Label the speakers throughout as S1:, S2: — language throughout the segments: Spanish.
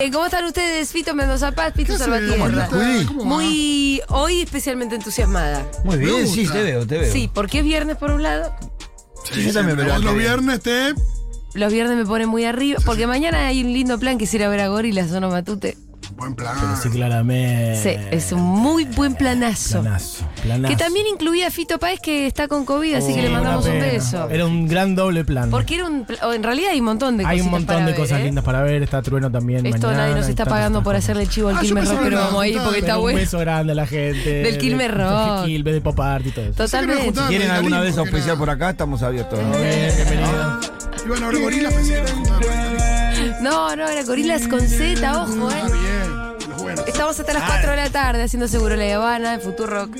S1: Eh, ¿Cómo están ustedes, Fito Mendoza Paz, Pito
S2: ¿Qué hace? ¿Cómo
S1: Salvatierra?
S2: andás?
S3: Juli?
S2: ¿Cómo va?
S1: Muy, hoy especialmente entusiasmada.
S3: Muy
S2: Me
S3: bien, sí,
S2: gusta.
S3: te veo, te veo.
S1: Sí, porque es viernes por un lado,
S2: Sí,
S3: Yo también me lo
S2: vos los
S3: hago.
S2: viernes te.
S1: los viernes me ponen muy arriba, porque mañana hay un lindo plan que es ir a ver a Gorilas Zona Matute.
S2: Buen plan.
S4: Sí, claramente.
S1: Sí, es un muy buen planazo.
S4: Eh, planazo. planazo.
S1: Que también incluía a Fito Páez que está con COVID, así que le
S4: Sí,
S1: mandamos
S4: una
S1: un
S4: pena.
S1: beso.
S4: Era un gran doble plan.
S1: Porque era un, pla- o en realidad hay un montón de
S4: Hay un
S1: cositas para
S4: montón de
S1: ver,
S4: cosas
S1: ¿eh?
S4: lindas para ver. Está Trueno también.
S1: Esto nadie nos está pagando por hacerle chivo al
S2: Ah, yo
S1: Quilmes
S2: pensaba
S1: Rock, pero
S2: que
S1: vamos ahí
S2: era-
S1: porque está
S2: era
S4: Un
S1: bueno.
S4: beso grande a la gente.
S1: Del Quilmes Rock.
S4: De Quilmes, de Pop Art y todo eso.
S1: Totalmente.
S2: juntaban
S3: ¿Quieren alguna vez
S2: radicalismo, que
S3: auspiciar
S2: era-
S3: por acá? Estamos abiertos.
S4: Bien, bienvenido.
S2: Iban a ver gorilas, pensé que era juntaban radicalismo.
S1: No, no, era Gorilas con Z, ojo,
S2: Ah,
S1: eh.
S2: bien. Los buenos.
S1: Estamos hasta las 4 de la tarde haciendo seguro la Habana en Futuro Rock.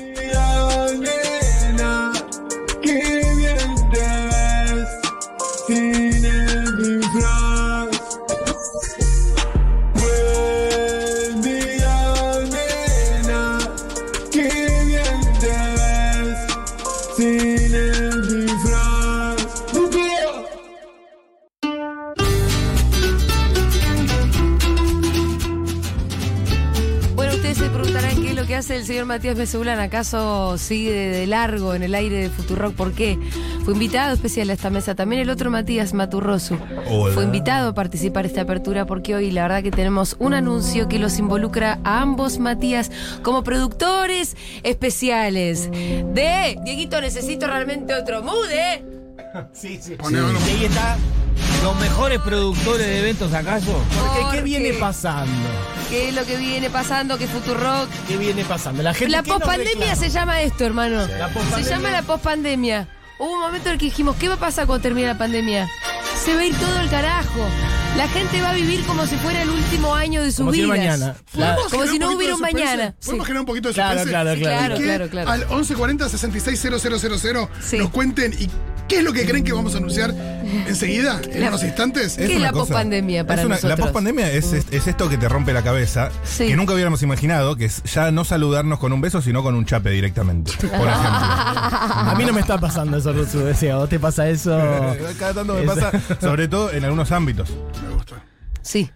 S1: Bueno, ustedes se preguntarán qué es lo que hace el señor Matías Mesulán. ¿Acaso sigue de largo en el aire de Futurock? ¿Por qué? Fue invitado especial a esta mesa. También el otro Matías Maturrosu fue invitado a participar esta apertura porque hoy la verdad que tenemos un anuncio que los involucra a ambos Matías como productores especiales de Dieguito, necesito realmente otro mood, ¿eh?
S4: Sí, sí.
S2: Poné algo.
S4: Y ahí está.
S3: ¿Los mejores productores de eventos acaso?
S4: Porque,
S1: Porque-
S4: ¿qué viene pasando?
S1: ¿Qué es lo que viene pasando? Que Futurock.
S4: ¿Qué viene pasando? La gente
S1: La
S4: que nos
S1: pospandemia
S4: reclama.
S1: se llama esto, hermano.
S4: La
S1: Se
S4: pospandemia.
S1: llama la pospandemia. Hubo un momento en el que dijimos, ¿qué va a pasar cuando termine la pandemia? Se va a ir todo el carajo. La gente va a vivir como si fuera el último año de su
S4: Como si
S1: vida.
S4: el mañana. La-
S2: ¿Podemos
S1: Como
S2: generar
S1: si no
S2: un poquito
S1: hubiera
S2: de
S1: un
S2: suspense?
S1: mañana. Sí.
S2: ¿Podemos generar un poquito de
S4: Claro,
S2: suspense?
S4: claro,
S2: Y
S1: claro.
S2: que
S1: Claro, claro, claro.
S2: Al 1140-660000
S1: Sí.
S2: nos cuenten y qué es lo que creen que vamos a anunciar enseguida, en
S1: La- Eh,
S2: unos instantes.
S1: ¿Qué es
S5: una
S1: la
S5: cosa-
S1: pospandemia para
S5: es una-
S1: nosotros?
S5: La pospandemia es, es, es esto que te rompe la cabeza,
S1: Sí.
S5: que nunca hubiéramos imaginado, que es ya no saludarnos con un beso, sino con un chape directamente. Por ejemplo.
S4: A mí no me está pasando eso, Rusu. Decía, ¿vos te pasa eso?
S5: Cada tanto me
S4: Esa-
S5: pasa, sobre todo en algunos ámbitos.
S2: Me gusta.
S1: Sí.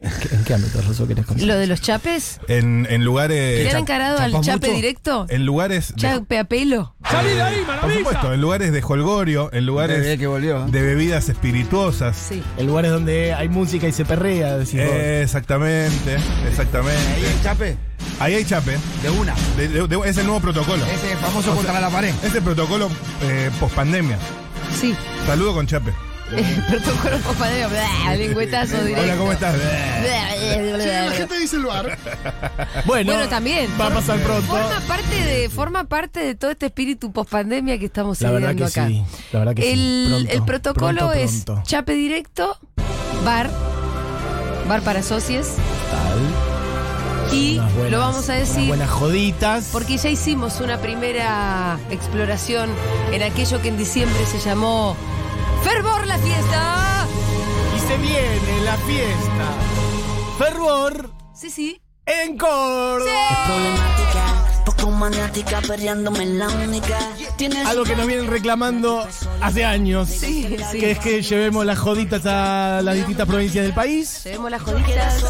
S4: ¿En qué ámbito, Rusu, querés contar?
S1: ¿Lo de los chapes?
S5: En, en
S1: ¿Le han
S5: lugares.
S1: encarado al
S4: chapa
S1: chape
S4: mucho?
S1: directo?
S5: En lugares. De,
S1: ¿Chape a pelo?
S5: por supuesto, en lugares de jolgorio, en
S3: Parece
S5: lugares
S3: que volvió.
S5: de bebidas espirituosas.
S1: Sí.
S4: El lugar es donde hay música y se perrea, decís vos.
S5: Eh. Exactamente,
S3: Ahí
S5: exactamente.
S3: el chape,
S5: Ahí hay chape.
S3: de una.
S5: De- de- de- es el nuevo protocolo.
S3: Ese famoso
S5: O sea-
S3: contra la pared.
S5: Es el protocolo eh, pospandemia.
S1: Sí.
S5: Saludo con chape.
S1: Protocolo pospandemia. Blah, Lengüetazo directo.
S5: Hola, ¿cómo estás?
S2: Sí, la gente dice el bar.
S4: Bueno,
S1: Bueno, también.
S4: Va a pasar pronto.
S1: Forma parte de, forma parte de todo este espíritu pospandemia que estamos
S4: La verdad
S1: celebrando
S4: que
S1: acá.
S4: sí, la verdad que
S1: el,
S4: sí. Pronto,
S1: el protocolo
S4: pronto,
S1: es
S4: pronto.
S1: chape directo, bar, bar para socios
S4: Tal,
S1: y
S4: unas buenas-
S1: lo vamos a
S4: unas
S1: decir
S4: Buenas joditas.
S1: porque ya hicimos una primera exploración en aquello que en diciembre se llamó Fervor la fiesta.
S4: Y se viene la fiesta. Fervor
S1: Sí, sí.
S4: en Córdoba.
S6: problemática, poco maniática, perreándome la única. Tienes
S4: Algo que nos vienen reclamando hace años.
S1: Sí, sí.
S4: Que es que llevemos las joditas a las distintas provincias del país.
S1: Llevemos las joditas.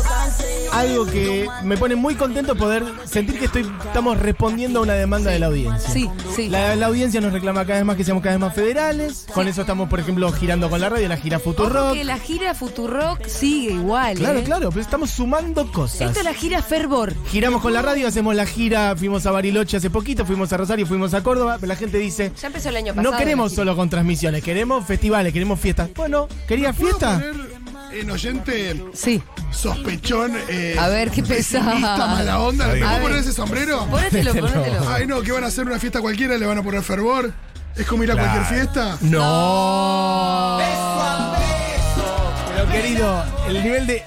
S4: Algo que me pone muy contento poder sentir que estoy, estamos respondiendo a una demanda de la audiencia.
S1: Sí, sí.
S4: La, la audiencia nos reclama cada vez más que seamos cada vez más federales. Con eso estamos, por ejemplo, girando con la radio, la gira
S1: Ojo
S4: Futurock.
S1: que la gira Futurock sigue igual.
S4: Claro,
S1: ¿eh?
S4: claro, pero estamos sumando cosas.
S1: Esta es la gira Fervor.
S4: Giramos con la radio, hacemos la gira, fuimos a Bariloche hace poquito, fuimos a Rosario, fuimos a Córdoba, pero la gente dice,
S1: Ya empezó el año pasado.
S4: no queremos
S1: la gira.
S4: solo con transmisiones, queremos festivales, queremos fiestas. Bueno, ¿quería
S2: ¿Puedo
S4: fiesta?
S2: poner en oyente
S1: Sí.
S2: sospechón? eh,
S1: A ver, qué pesado.
S2: pesimista, mala onda. ¿Le
S5: Está bien.
S2: puedo
S1: A
S2: poner
S1: ver.
S2: ese sombrero?
S1: Pónetelo, pónetelo.
S2: Ay, no, que van a hacer una fiesta cualquiera, le van a poner fervor. Es como ir a cualquier fiesta.
S4: No. Pero querido, el nivel de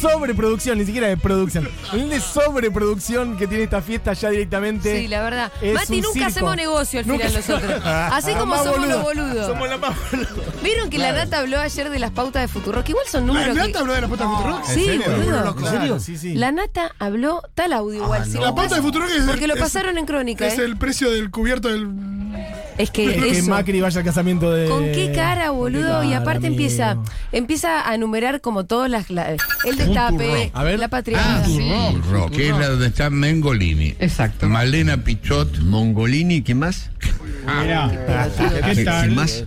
S4: sobreproducción, ni siquiera de producción, el nivel de sobreproducción que tiene esta fiesta ya directamente.
S1: Sí, la verdad.
S4: Este es
S1: Mati,
S4: un
S1: nunca
S4: circo.
S1: hacemos negocio al
S4: Nunca- Ah,
S1: final nosotros. Así
S4: La
S1: como
S4: más
S1: somos los
S4: boluda.
S1: boludos.
S4: Somos la más boluda.
S1: Vieron que la Nata habló ayer de las pautas de Futuro, que igual son
S2: La
S1: números. que-
S2: Nata habló de las putas de Futurock.
S1: Sí,
S5: serio?
S1: boludo.
S4: ¿En serio? Sí, sí.
S1: La Nata habló tal audio igual. si lo
S2: La pauta
S1: pasas-
S2: de Futurock es
S1: Porque lo
S2: es-
S1: pasaron en crónica.
S2: Es
S1: ¿eh?
S2: el precio del cubierto del
S1: Es que
S4: Que
S1: eso.
S4: Macri vaya al casamiento de.
S1: ¿Con qué cara,
S4: ¿Con qué
S1: boludo? y
S4: cara,
S1: aparte
S4: amigo?
S1: empieza empieza a enumerar como todas las... la- el destape,
S4: turrón. A ver.
S1: la
S7: Ah,
S1: patriada.
S7: Futurrock, que es la donde está Mengolini.
S8: Exacto.
S7: Malena Pichot.
S8: Mongolini, ¿qué más?
S1: Eh,
S7: ¿Qué
S8: ¿Qué más?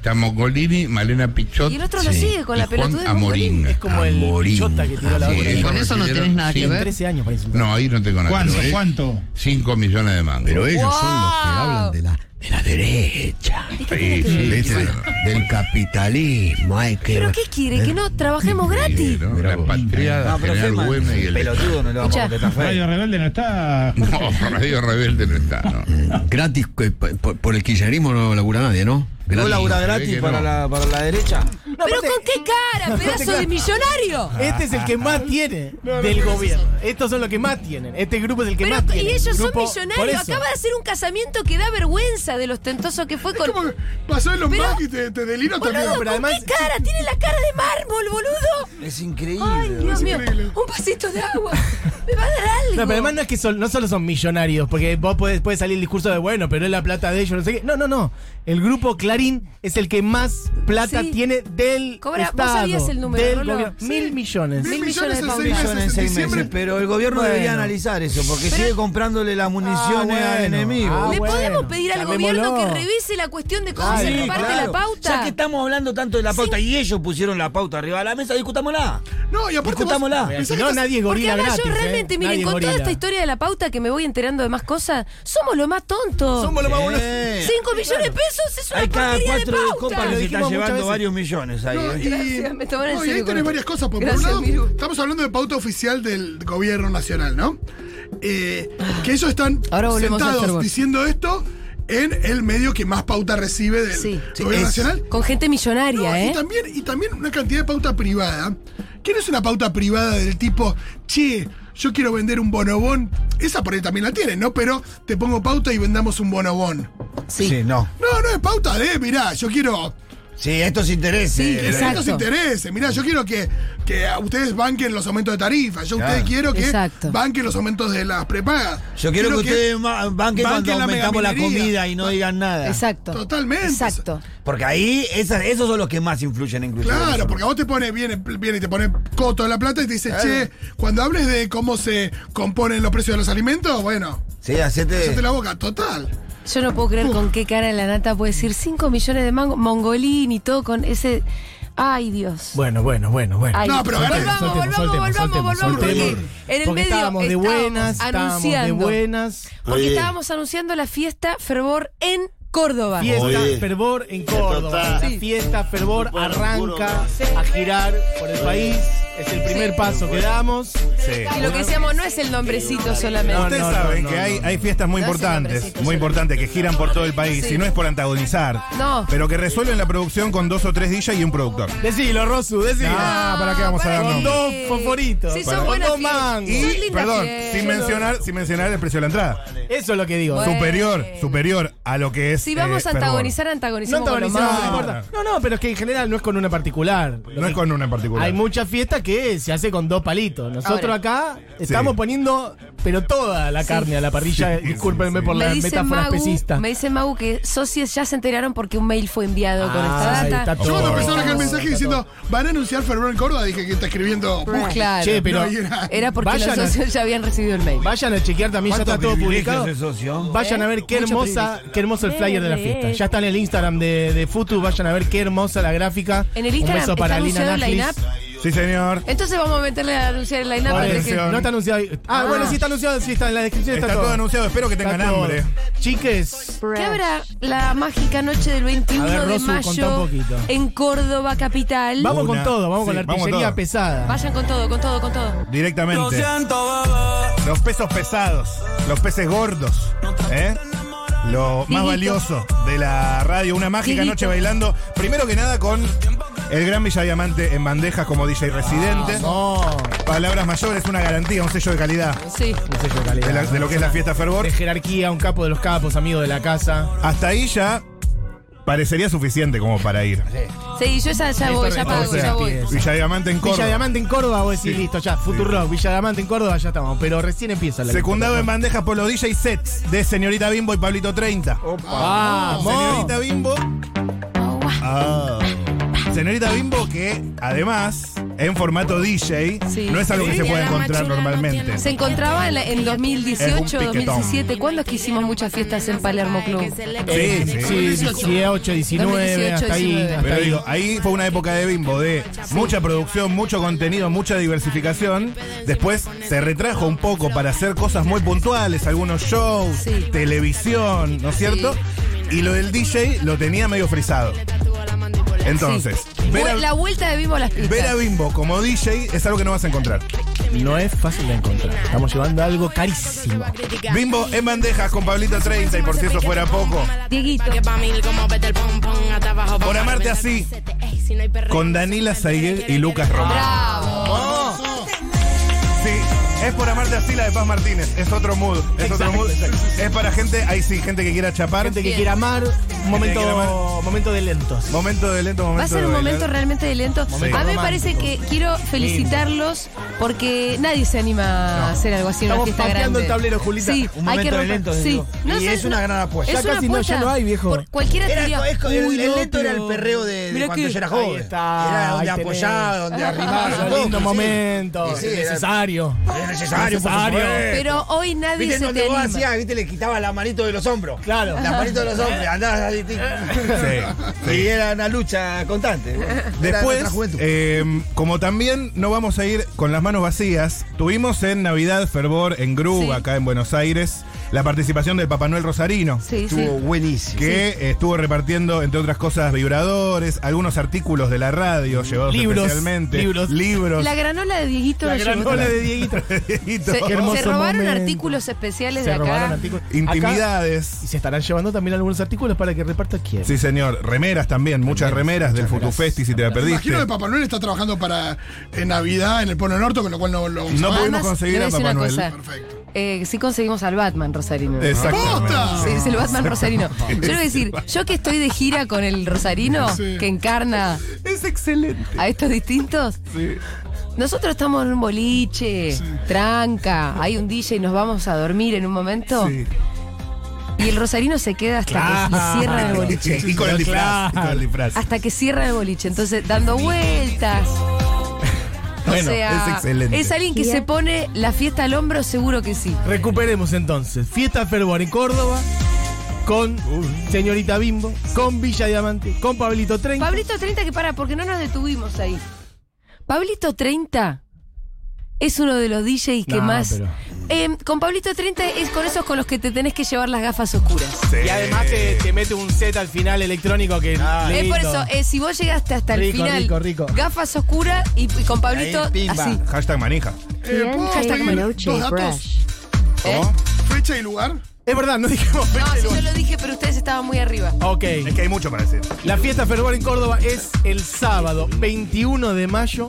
S7: Está Mongolini, Malena Pichot.
S1: Y el otro lo sigue con la
S7: y Juan
S1: pelotudez de
S7: Amorín.
S4: Es como el
S7: Amorín.
S4: chota que tiró la
S7: Sí,
S4: otra.
S7: él
S8: Y
S7: lo
S8: con eso no
S7: recibieron
S8: tenés nada que
S7: sin-
S8: ver.
S4: 13 años para insultar.
S7: No, ahí no tengo nada
S9: ¿Cuánto?
S7: que ver.
S9: ¿Cuánto?
S7: 5 millones de mangos.
S8: Pero ellos son los que
S1: Wow.
S8: hablan de la, de la derecha.
S7: Sí, sí,
S8: ¿viste?
S7: claro.
S8: Del capitalismo. Hay que
S1: ¿Pero qué quiere? ¿Que no trabajemos
S7: Sí,
S1: gratis?
S7: ¿no? La patriada,
S3: No, pero
S7: General
S3: Feynman,
S7: Güemes y el...
S3: pelotudo no lo vamos a
S1: Escuchá.
S3: contestar.
S9: Radio
S3: Feynman.
S9: Rebelde no está.
S7: No, Radio Rebelde no está, ¿no?
S8: Gratis, que por, por- por el kirchnerismo no labura nadie, ¿no?
S3: ¿No
S8: Gratis.
S3: labura
S7: que
S3: gratis
S7: no.
S3: para la, para la derecha?
S1: ¿Pero con qué cara, pedazo de millonario?
S4: Este es el que más tiene del gobierno. Estos son los que más tienen. Este grupo es el que
S1: Pero,
S4: más
S1: y
S4: tiene.
S1: ellos
S4: Grupo-
S1: son
S4: por
S1: millonarios.
S4: eso.
S1: Acaba de hacer un casamiento que da vergüenza de lo ostentoso que fue
S2: Es
S1: con.
S2: como que pasó en los
S1: Pero-
S2: Mac y te, te deliro también.
S1: Boludo,
S4: pero
S1: ¿con
S4: además-
S1: qué cara? Tiene la cara de mármol, boludo.
S3: Es increíble.
S1: Ay, Dios mío.
S2: increíble.
S1: Un vasito de agua. Me va a dar algo.
S4: No, pero además no es que sol- no solo son millonarios, porque vos podés, puede salir el discurso de bueno, pero es la plata de ellos, no sé qué. No, no, no. El grupo Clarín es el que más plata
S1: Sí.
S4: tiene del
S1: Cobra- vos
S4: Estado.
S1: sabías el número,
S4: del
S1: Rolo.
S4: gobierno.
S1: Sí.
S4: Mil millones.
S2: Mil
S1: Mil
S2: millones
S1: millones
S2: en
S1: de
S2: seis
S1: paundas.
S2: meses.
S3: Son en
S2: En
S3: seis
S2: diciembre
S3: meses, pero el gobierno
S4: Bueno.
S3: debería analizar eso, porque sigue comprándole las municiones
S4: Ah,
S3: al
S4: bueno.
S3: enemigo.
S4: Ah,
S1: Le
S4: bueno,
S1: podemos pedir al
S4: llamémoslo. Ah,
S1: gobierno que revise la cuestión de cómo
S3: Sí,
S1: se reparte
S3: claro.
S1: la pauta.
S3: Ya que estamos hablando tanto de la pauta y ellos pusieron la pauta arriba de la mesa, discutámosla.
S2: No, y aparte. vos-
S3: Discutámosla.
S4: Porque
S2: pensá
S4: si
S2: que
S4: no,
S2: estás-
S4: nadie es
S1: Porque
S4: gorila
S1: ahora
S4: gratis.
S1: yo
S4: ¿eh?
S1: realmente, miren,
S4: Nadie
S1: con
S4: gorila.
S1: toda esta historia de la pauta que me voy enterando de más cosas, somos los más tontos.
S4: Somos los más buenos.
S3: Eh,
S1: 5 millones de pesos es una
S3: Hay cada
S1: porquería
S3: cuatro
S1: de
S3: de
S1: pauta.
S3: copas
S4: Lo
S3: que se
S4: dijimos
S3: están
S4: muchas
S3: llevando
S4: veces.
S3: varios millones ahí.
S2: No,
S3: ¿eh?
S2: y,
S1: Gracias, me tomaron en
S2: no, y ahí
S1: serio,
S2: tenés
S1: gordo.
S2: varias cosas. Porque
S1: Gracias,
S2: por un
S1: Miru.
S2: lado, estamos hablando de pauta oficial del gobierno nacional, ¿no? Eh, que ellos están
S1: Ahora volvemos al
S2: sentados
S1: fervor.
S2: diciendo esto en el medio que más pauta recibe del
S1: Sí. Sí,
S2: gobierno
S1: es.
S2: nacional.
S1: Con gente millonaria,
S2: No,
S1: ¿eh?
S2: y, también, y también una cantidad de pauta privada. ¿Qué no es una pauta privada del tipo, che, yo quiero vender un bonobón? Esa por ahí también la tienen, ¿no? Pero te pongo pauta y vendamos un bonobón.
S1: Sí.
S3: no.
S2: No, no es pauta de, mirá, yo quiero
S3: Sí, estos intereses.
S1: Sí,
S2: que
S1: Exacto.
S2: estos intereses. Mirá, yo quiero que, que a ustedes banquen los aumentos de tarifas. Yo a ustedes
S3: Claro.
S2: quiero que
S1: Exacto.
S2: banquen los aumentos de las prepagas.
S3: Yo quiero, que ustedes ma- banquen cuando
S2: banquen la
S3: aumentamos la
S2: megaminería.
S3: comida y no digan nada.
S1: Exacto.
S2: Totalmente.
S1: Exacto.
S3: Porque ahí esas- esos son los que más influyen incluso.
S2: Claro, porque a vos te pone, viene, viene y te pone coto de la plata y te dice, che, cuando hables de cómo se componen los precios de los alimentos, bueno,
S3: Sí, hacete...
S2: cállate la boca, total.
S1: Yo no puedo creer con qué cara la nata puede decir 5 millones de mangos, mongolín y todo con ese. Ay, Dios.
S4: Bueno, bueno, bueno, bueno.
S1: Ay,
S2: No, pero
S1: volvamos,
S2: gané.
S1: volvamos, volvamos, volvamos,
S2: soltemos.
S1: porque en el
S4: Porque
S1: medio
S4: estábamos de buenas, estábamos de
S1: anunciando,
S4: buenas.
S1: porque estábamos anunciando la fiesta Fervor en Córdoba.
S4: Fiesta,
S10: Oye.
S4: fervor en Córdoba. La
S1: Sí.
S4: fiesta, fervor
S10: Bueno, juro
S4: arranca a girar por el país. Es el primer paso que damos.
S1: Y lo que decíamos no es el nombrecito solamente.
S5: Ustedes
S4: no, no,
S5: saben
S4: no,
S5: que
S4: no,
S5: hay,
S4: no.
S5: hay fiestas muy
S1: No, sí,
S5: importantes,
S1: nombrecito,
S5: muy
S1: sí.
S5: importantes, que giran por todo el país,
S1: Sí.
S5: y no es por antagonizar,
S1: No.
S5: pero que resuelven la producción con dos o tres DJs y un productor.
S4: Decilo, Rosu, decilo.
S5: Ah, ¿para qué vamos a
S1: ¿para
S5: dar
S1: qué?
S5: nombres?
S4: Dos fosforitos.
S1: Sí,
S5: Para-
S1: son buenas
S4: Dos
S1: fiestas.
S4: mangos.
S1: Son
S5: Y,
S1: lindas
S5: perdón,
S1: fiestas.
S5: sin mencionar, sin mencionar el precio de la entrada.
S4: Eso es lo que digo.
S1: Bueno.
S5: Superior, superior a lo que es.
S1: Si vamos
S5: eh,
S1: a
S5: fervor.
S1: antagonizar,
S4: No
S1: antagonizamos con los
S4: antagonizamos, no
S1: mangos.
S4: importa. No, no, pero es que en general no es con una particular.
S5: No es con una en particular.
S4: Hay muchas fiestas que se hace con dos palitos. Nosotros
S1: Ahora.
S4: acá estamos
S5: Sí.
S4: poniendo, pero toda la carne a la parrilla.
S5: Sí,
S4: Discúlpenme
S5: sí, sí.
S4: por
S1: Me
S4: la
S1: dice,
S4: metáfora
S1: Magu,
S4: especista.
S1: me dice Magu que socios ya se enteraron porque un mail fue enviado con
S4: Ah,
S1: esta
S4: ahí
S1: data.
S4: está
S2: Yo
S3: Oh,
S2: cuando
S4: todo.
S2: empezaron acá el mensaje
S4: Está
S2: diciendo, van a anunciar Fervor en Córdoba, dije que está escribiendo. "Uh,
S1: Pues claro.
S4: Che, pero-
S2: No, y era-
S1: Era porque
S4: Vayan a-
S1: los socios ya habían recibido el mail.
S4: Vayan a chequear también, ya está todo publicado.
S3: ese socio?
S4: Vayan a ver qué
S1: Mucho
S4: hermosa, qué hermoso el flyer de la fiesta. Ya está en el Instagram de, de Futu, vayan a ver qué hermosa la gráfica.
S1: En el Instagram
S4: Un beso
S1: está
S4: para Lina
S1: anunciado el
S4: Nájlis.
S1: line-up.
S5: Sí, señor.
S1: Entonces vamos a meterle a anunciar el line-up.
S4: Ahora,
S1: porque-
S5: Atención.
S4: No está anunciado. ahí. Ah,
S1: Ah.
S4: bueno, sí está anunciado, sí está en la descripción. Está,
S5: Está todo anunciado, espero que
S4: Está
S5: tengan
S4: todo.
S5: hambre.
S4: Chiques,
S1: ¿Qué habrá la mágica noche del 21
S4: A ver,
S1: de
S4: Rosu, contá
S1: mayo
S4: un poquito.
S1: en Córdoba capital?
S4: vamos
S5: Una.
S4: con todo, vamos con
S5: Sí,
S4: la
S5: vamos con
S4: artillería
S5: todo.
S4: pesada.
S1: Vayan con todo, con todo, con todo.
S5: Directamente. Los pesos pesados, los peces gordos, ¿eh? Lo más
S1: Dieguito.
S5: valioso de la radio, una mágica
S1: Dieguito.
S5: noche bailando. Primero que nada con el gran Villa Diamante en bandejas como DJ residente.
S4: Ah, No,
S5: Palabras mayores, una garantía, un sello de calidad
S1: Sí.
S4: un sello de calidad.
S5: de, la- de lo que es la fiesta fervor.
S4: De jerarquía, un capo de los capos, amigo de la casa.
S5: Hasta ahí ya parecería suficiente como para ir.
S1: Sí, yo ya, ya voy, ya pago,
S5: O sea,
S1: ya voy.
S5: Villa Diamante en
S4: Villa
S5: Córdoba.
S4: Diamante en Córdoba, vos decís,
S5: Sí.
S4: listo, ya, Futurock, Villa Diamante en Córdoba, ya estamos. Pero recién empieza la
S5: Secundado en
S4: lista.
S5: bandejas por los DJ sets de Señorita Bimbo y Pablito 30.
S4: ¡Vamos!
S5: Señorita Bimbo. Ah. Señorita Bimbo que además en formato DJ
S1: Sí.
S5: no es algo que
S1: Sí.
S5: se puede
S1: La
S5: encontrar
S9: machuna no
S5: normalmente.
S9: tiene-
S1: Se encontraba en, la- en 2018,
S5: Es un piquetón.
S1: 2017. ¿Cuándo es que hicimos muchas fiestas en Palermo Club?
S5: Sí, sí.
S4: Sí, 18, 19,
S1: 2018,
S4: hasta ahí.
S1: 19.
S4: hasta
S5: Pero
S4: ahí.
S5: digo, ahí fue una época de bimbo, de mucha producción, mucho contenido, mucha diversificación. Después se retrajo un poco para hacer cosas muy puntuales, algunos shows,
S1: Sí.
S5: televisión, ¿no es cierto? Y lo del DJ lo tenía medio frisado. Entonces,
S1: Sí.
S5: ver,
S1: Vu- la
S5: a,
S1: vuelta de Vivo a las pistas.
S5: ver a Bimbo como DJ es algo que no vas a encontrar.
S4: No es fácil de encontrar. Estamos llevando algo carísimo.
S5: Bimbo en bandejas con Pablito 30 y por si eso fuera poco.
S1: Dieguito.
S5: Por amarte así, con Danila Saiguel y Lucas Román.
S1: Bravo.
S5: Sí, es por amarte así la de Paz Martínez. Es otro mood. Es otro mood. Es para gente, ahí sí, gente que quiera chapar.
S4: Gente que quiera amar, un
S5: que quiera
S4: momento,
S5: amar.
S4: momento de lentos.
S5: Momento de lento, momento
S1: Va a ser
S5: de
S1: un
S5: bailar.
S1: momento realmente de lento.
S5: Momento
S1: a mí me
S5: romántico.
S1: parece que quiero felicitarlos porque nadie se anima a hacer algo así en una
S4: Estamos
S1: fiesta
S4: pateando
S1: grande.
S4: el tablero, Julita.
S1: Sí,
S4: Un
S1: hay
S4: momento
S1: que
S4: de
S1: romper.
S4: lento,
S1: sí.
S4: digo.
S1: No
S3: Y
S1: sé,
S3: es una gran apuesta.
S1: Es
S4: Ya
S1: una
S4: casi no, ya
S1: apuesta.
S4: no hay, viejo.
S1: Por- cualquiera
S3: Era,
S1: diría,
S3: es co- el,
S4: uy,
S3: el
S4: no,
S3: lento era el
S4: pero-
S3: perreo de, de
S1: Mirá
S3: cuando
S1: que-
S3: yo era
S4: Ahí
S3: joven.
S4: está,
S3: era
S4: ahí
S3: donde
S4: tenés.
S3: apoyaba, donde arribaba.
S4: Era
S3: un poco,
S4: lindo
S3: sí.
S4: momento.
S3: Y sí, era-
S4: necesario.
S3: Era necesario, por
S4: Necesario.
S3: supuesto.
S1: pero hoy nadie
S3: Viste,
S1: se
S3: no
S1: te
S3: te vos
S1: anima.
S3: hacías, viste, le quitaba la manito de los hombros.
S4: Claro.
S3: La manito de los hombros, andabas así. tic.
S5: Sí, sí.
S3: Y era una lucha constante. Era
S5: Después,
S3: nuestra juventud.
S5: eh, como también no vamos a ir con las manos vacías, tuvimos en Navidad Fervor en Groove,
S1: Sí.
S5: acá en Buenos Aires, la participación del Papá Noel Rosarino.
S1: Sí, sí.
S9: Estuvo buenísimo.
S5: Que eh, estuvo repartiendo, entre otras cosas, vibradores, algunos artículos de la radio llevados
S4: Libros,
S5: especialmente.
S4: libros.
S5: libros.
S1: La granola de Dieguito
S4: La
S1: no llegó
S4: granola
S1: tanto.
S4: de Dieguito.
S5: Dieguito.
S1: se,
S4: Qué
S1: se
S4: hermoso
S1: robaron
S4: momento.
S1: artículos especiales de
S4: Se
S1: acá.
S4: robaron artículos. Acá-
S5: Intimidades.
S4: y se estarán llevando también algunos artículos para que reparta quién.
S5: Sí, señor. Remeras también, muchas remeras del Futufesti si te la perdiste.
S2: Imagino que Papá Noel está trabajando para en Navidad en el Polo Norte, con lo cual no lo vamos
S5: No
S2: a ver.
S5: pudimos conseguir
S1: te voy
S5: a
S1: decir
S5: Papá
S1: una
S5: Noel.
S1: cosa.
S2: Perfecto.
S1: Eh, sí conseguimos al Batman Rosarino.
S5: Exactamente.
S2: ¡Posta!
S1: Sí, es el Batman Rosarino. Yo voy a decir, yo que estoy de gira con el Rosarino,
S2: Sí.
S1: que encarna
S5: Es excelente.
S1: a estos distintos, nosotros estamos en un boliche, tranca, hay un DJ y nos vamos a dormir en un momento.
S5: Sí.
S1: Y el Rosarino se queda hasta que cierra el boliche.
S5: Y con el disfraz. y con el disfraz.
S1: Hasta que cierra el boliche. Entonces, dando vueltas.
S5: Bueno,
S1: o sea,
S5: es excelente.
S1: ¿es alguien que se pone la fiesta al hombro? Seguro que sí.
S4: Recuperemos entonces. Fiesta Fervor en Córdoba. Con Señorita Bimbo, con Villa Diamante, con Pablito 30.
S1: Pablito 30, que para, porque no nos detuvimos ahí. Pablito 30 es uno de los DJs que
S4: No,
S1: más.
S4: pero-
S1: Eh, con Pablito 30 es con esos con los que te tenés que llevar las gafas oscuras.
S4: Y además te, te mete un set al final electrónico que.
S1: Es
S4: lindo.
S1: por eso, eh, si vos llegaste hasta el
S4: Rico,
S1: final,
S4: rico, rico.
S1: gafas oscuras y, y con Pablito
S3: Ahí, pimba.
S1: así.
S5: Hashtag manija.
S2: Eh, ¿Puedo pedir dos datos? ¿Eh? Fecha y lugar.
S4: Es verdad, no dijimos
S1: No,
S4: fecha y
S1: sí,
S4: lugar.
S1: yo lo dije, pero ustedes estaban muy arriba.
S4: Ok.
S5: Es que hay mucho para decir.
S4: La fiesta Fervor en Córdoba es el sábado 21 de mayo,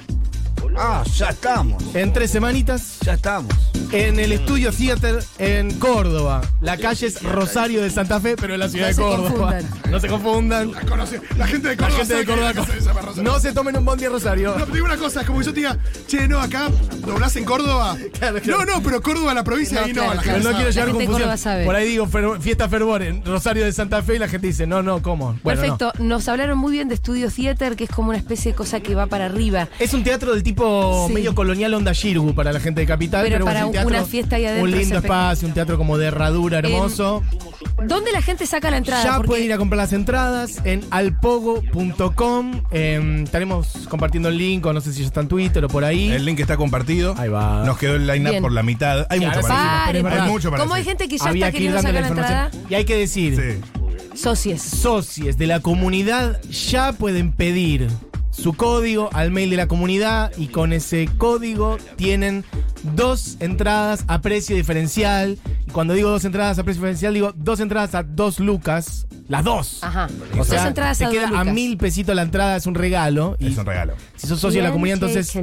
S3: Ah, ya estamos.
S4: en tres semanitas,
S3: Ya estamos.
S4: en el Estudio Theater en Córdoba. La calle es Rosario de Santa Fe, pero en la ciudad
S1: No
S4: de
S1: se
S4: Córdoba.
S1: confundan.
S4: No se confundan.
S2: La, conoce- la gente de
S4: La
S2: Córdoba.
S4: gente
S2: sabe que
S4: de Córdoba.
S2: la casa de San Rosario.
S4: No se tomen un bondi a Rosario.
S2: No, te digo una cosa, es como que yo te diga, che, no, acá doblás en Córdoba.
S4: Claro, claro.
S2: No, no, pero Córdoba, la provincia,
S1: No,
S2: ahí
S1: claro,
S2: no, la
S1: claro.
S2: gente
S4: Pero no
S2: sabe.
S4: quiero llegar
S1: gente
S4: a
S1: de Córdoba
S4: confusión.
S1: sabe.
S4: Por ahí digo fer- fiesta Fervor en Rosario de Santa Fe y la gente dice, no, no, ¿cómo? Bueno, no.
S1: Perfecto, nos hablaron muy bien de Studio Theater, que es como una especie de cosa que va para arriba.
S4: Es un teatro del tipo
S1: Sí.
S4: medio colonial onda Shirgu para la gente de Capital.
S1: Pero
S4: bueno,
S1: para
S4: es un teatro-
S1: una fiesta ahí adentro
S4: Un
S1: es
S4: lindo
S1: espectacular.
S4: espacio, un teatro como de herradura hermoso.
S1: ¿Dónde la gente saca la entrada?
S4: ya
S1: Porque-
S4: pueden ir a comprar las entradas en alpogo.com. Em, estaremos compartiendo el link, o no sé si ya está en Twitter o por ahí.
S5: El link está compartido.
S4: Ahí va.
S5: Nos quedó el line-up
S1: Bien.
S5: por la mitad. Hay
S4: Y
S5: mucho
S4: ahora sí,
S5: para
S4: va.
S5: decir.
S1: Paren,
S4: es verdad.
S5: Hay mucho para
S1: ¿Cómo hay
S5: decir.
S1: gente que ya
S4: Había
S1: está
S4: que ir
S1: queriendo
S4: dando
S1: sacar
S4: la
S1: la
S4: información.
S1: entrada?
S4: Y hay que decir,
S5: Sí.
S1: Socies.
S4: socios de la comunidad ya pueden pedir su código al mail de la comunidad y con ese código tienen dos entradas a precio diferencial. Y cuando digo dos entradas a precio diferencial, digo dos entradas a dos lucas. Las dos.
S1: Ajá.
S4: O
S1: Dos
S4: sea,
S1: entradas
S4: te
S1: a dos
S4: queda a
S1: lucas.
S4: mil pesitos la entrada, es un regalo. Y
S5: Es un regalo.
S4: si sos socio de la comunidad, entonces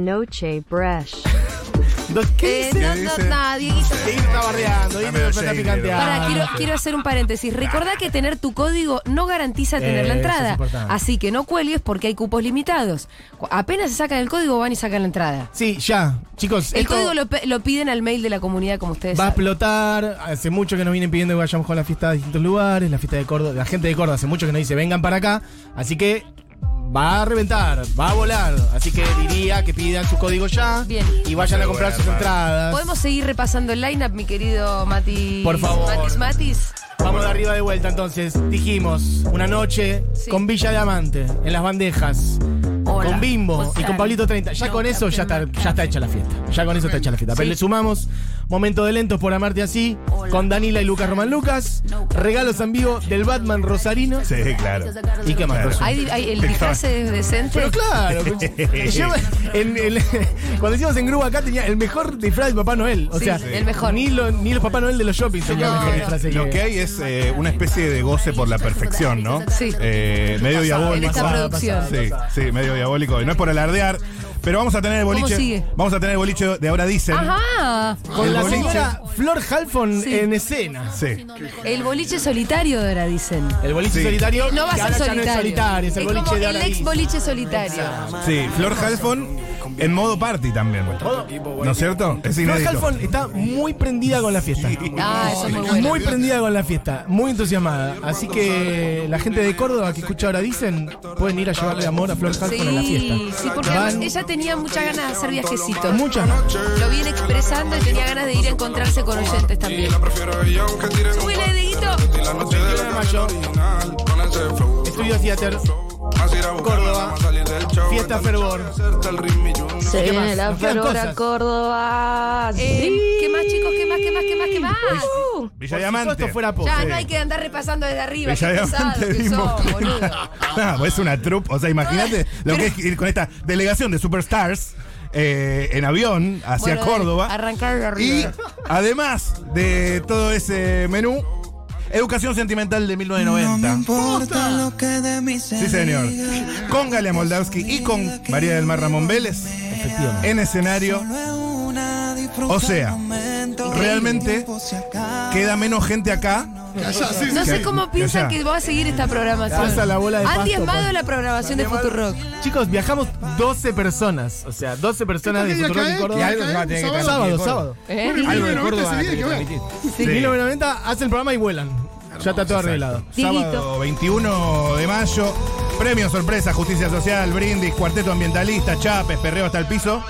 S4: Dos- ¿Qué
S1: Eh,
S4: dice?
S1: no, no,
S5: dice?
S1: no, Dieguito.
S4: Dieguito está bardeando,
S5: Está
S4: Dieguito
S5: medio
S4: está
S5: shady,
S4: picanteando.
S1: Pará, quiero, quiero hacer un paréntesis. Recordá que tener tu código no garantiza tener la
S4: Eh, Eso es
S1: entrada.
S4: importante.
S1: Así que no cuelgues porque hay cupos limitados. Cu- Apenas se sacan el código, van y sacan la entrada.
S4: Sí, ya. Chicos,
S1: El
S4: esto
S1: código lo, pe- lo piden al mail de la comunidad, como ustedes
S4: va a
S1: saben.
S4: explotar. Hace mucho que nos vienen pidiendo que vayamos con la fiesta a distintos lugares, la fiesta de Córdoba. La gente de Córdoba hace mucho que nos dice, vengan para acá. Así que va a reventar, va a volar. Así que diría que pidan su código ya
S1: Bien.
S4: y vayan a comprar sus entradas.
S1: Podemos seguir repasando el lineup, mi querido Mati.
S4: Por favor.
S1: Matis, Matis.
S4: Vamos de arriba de vuelta entonces. Dijimos, una noche
S1: Sí.
S4: con Villa Diamante, en las bandejas.
S1: Hola.
S4: Con Bimbo
S1: O
S4: y
S1: sea,
S4: con Pablito 30. Ya con eso ya está, ya está hecha la fiesta. Ya con eso está hecha la fiesta. Pero le sumamos Momento de Lentos por Amarte Así, con Danila y Lucas Román Lucas, regalos en vivo del Batman Rosarino.
S5: Sí, claro.
S4: ¿Y qué más?
S5: Claro.
S4: Rosu?
S1: ¿Hay, hay- el disfraz es decente.
S4: Pero claro, yo- en- en- cuando hicimos en Grúa acá tenía el mejor disfraz de Papá Noel. O
S1: Sí,
S4: sea,
S1: el mejor.
S4: Ni, lo- ni los Papá Noel de los shoppings tenía el mejor disfraz.
S5: Lo que hay es eh, una especie de goce por la perfección, ¿no?
S1: Sí.
S5: Eh, medio diabólico.
S1: en esta
S5: Pasado,
S1: producción.
S5: pasado. Sí, sí, medio diabólico. Y no es por alardear, pero vamos a tener el
S1: ¿Cómo
S5: boliche.
S1: sigue?
S5: Vamos a tener el boliche de ahora dicen.
S1: Ajá.
S4: Con
S5: El
S4: la
S5: boliche.
S4: señora Flor Halfon
S1: Sí.
S4: en escena.
S5: Sí.
S1: El boliche solitario de ahora dicen.
S4: El boliche
S5: Sí.
S4: solitario.
S1: No va a
S4: que
S1: ser
S4: ahora ya no
S1: solitario.
S4: es solitario, es el boliche
S1: como
S4: de
S1: el
S4: ahora
S1: ex
S4: dicen.
S1: boliche solitario.
S5: Sí, Flor Halfon en modo party también. ¿No es cierto? Es
S4: Flor
S5: inédito.
S4: Halfon está muy prendida con la fiesta.
S1: Ah, eso es muy bueno.
S4: Muy prendida con la fiesta, muy entusiasmada. Así que la gente de Córdoba que escucha ahora dicen, pueden ir a llevarle amor a Flor Halfon a la fiesta.
S1: Sí, sí, porque
S4: Van
S1: además ella tenía muchas ganas de hacer viajecitos.
S4: muchas noches.
S1: Lo viene expresando y tenía ganas de ir a encontrarse con oyentes también. Súbele, Dieguito.
S4: Estudio Theater, Córdoba, Fiesta Fervor.
S9: Se
S4: ¿Qué
S9: viene
S4: más?
S9: la
S4: Nos quedan
S9: Ferora
S4: cosas.
S9: Córdoba.
S1: Eh, ¿Qué más, chicos? ¿Qué más, qué más, qué más, qué más? Uh,
S5: Villa
S4: Por si
S5: Diamante.
S4: todo esto fuera poco.
S1: ya, no hay que andar repasando desde arriba.
S5: Villa
S1: Qué pesado
S5: Diamante,
S1: que
S5: vimos.
S1: sos, boludo.
S5: Ah, pues es una troupe. O sea, imagínate lo que es ir con esta delegación de superstars eh, en avión hacia
S1: Bueno, dale,
S5: Córdoba.
S1: Arrancar de
S5: Y
S1: arriba.
S5: además de todo ese menú, Educación Sentimental de 1990. Sí, señor. Con Galia Moldavsky y con María del Mar Ramón Vélez
S4: Efectivamente.
S5: en escenario. O sea, realmente queda menos gente acá.
S2: Callá, sí,
S1: No
S5: que
S1: sé
S5: hay-
S1: cómo
S5: que
S1: piensan
S5: allá.
S1: que va a seguir esta programación.
S4: Pasa la bola de
S1: Han
S4: pasto,
S1: diezmado
S4: pa-
S1: la programación de Futurock.
S4: Chicos, viajamos 12 personas. O sea, 12 personas de
S2: ¿Qué día
S4: Futuro
S2: cae?
S4: y
S2: ¿Qué
S4: Córdoba.
S2: día cae? eh,
S4: tiene
S2: Sábado.
S4: Sábado,
S5: Córdoba.
S4: sábado.
S1: ¿Eh?
S2: Bueno,
S3: de
S2: el
S3: Córdoba
S2: Córdoba ese
S3: hay que
S2: día que
S3: transmitir.
S2: va.
S5: Sí.
S4: 1990 hacen el programa y vuelan. Ya está todo arreglado.
S1: Dieguito.
S5: Sábado 21 de mayo, premio sorpresa, justicia social, brindis, cuarteto ambientalista, chapes, perreo hasta el piso.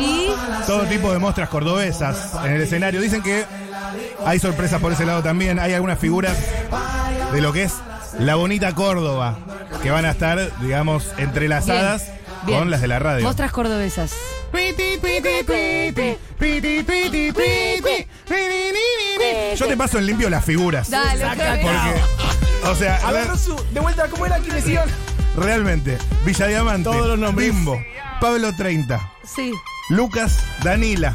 S1: Y
S5: Todo tipo de muestras cordobesas en el escenario. Dicen que hay sorpresas por ese lado también. Hay algunas figuras de lo que es la bonita Córdoba que van a estar, digamos, entrelazadas
S1: bien.
S5: con las de la radio.
S1: mostras cordobesas.
S5: Yo te paso en limpio las figuras.
S1: Dale, otra vez.
S5: Porque, o sea,
S4: A ver, Rosu, de vuelta, ¿cómo era? ¿Quiénes iban?
S5: realmente, Villa Diamante,
S4: Todos los nombres.
S5: Bimbo, Pablo 30,
S1: Sí.
S5: Lucas, Danila.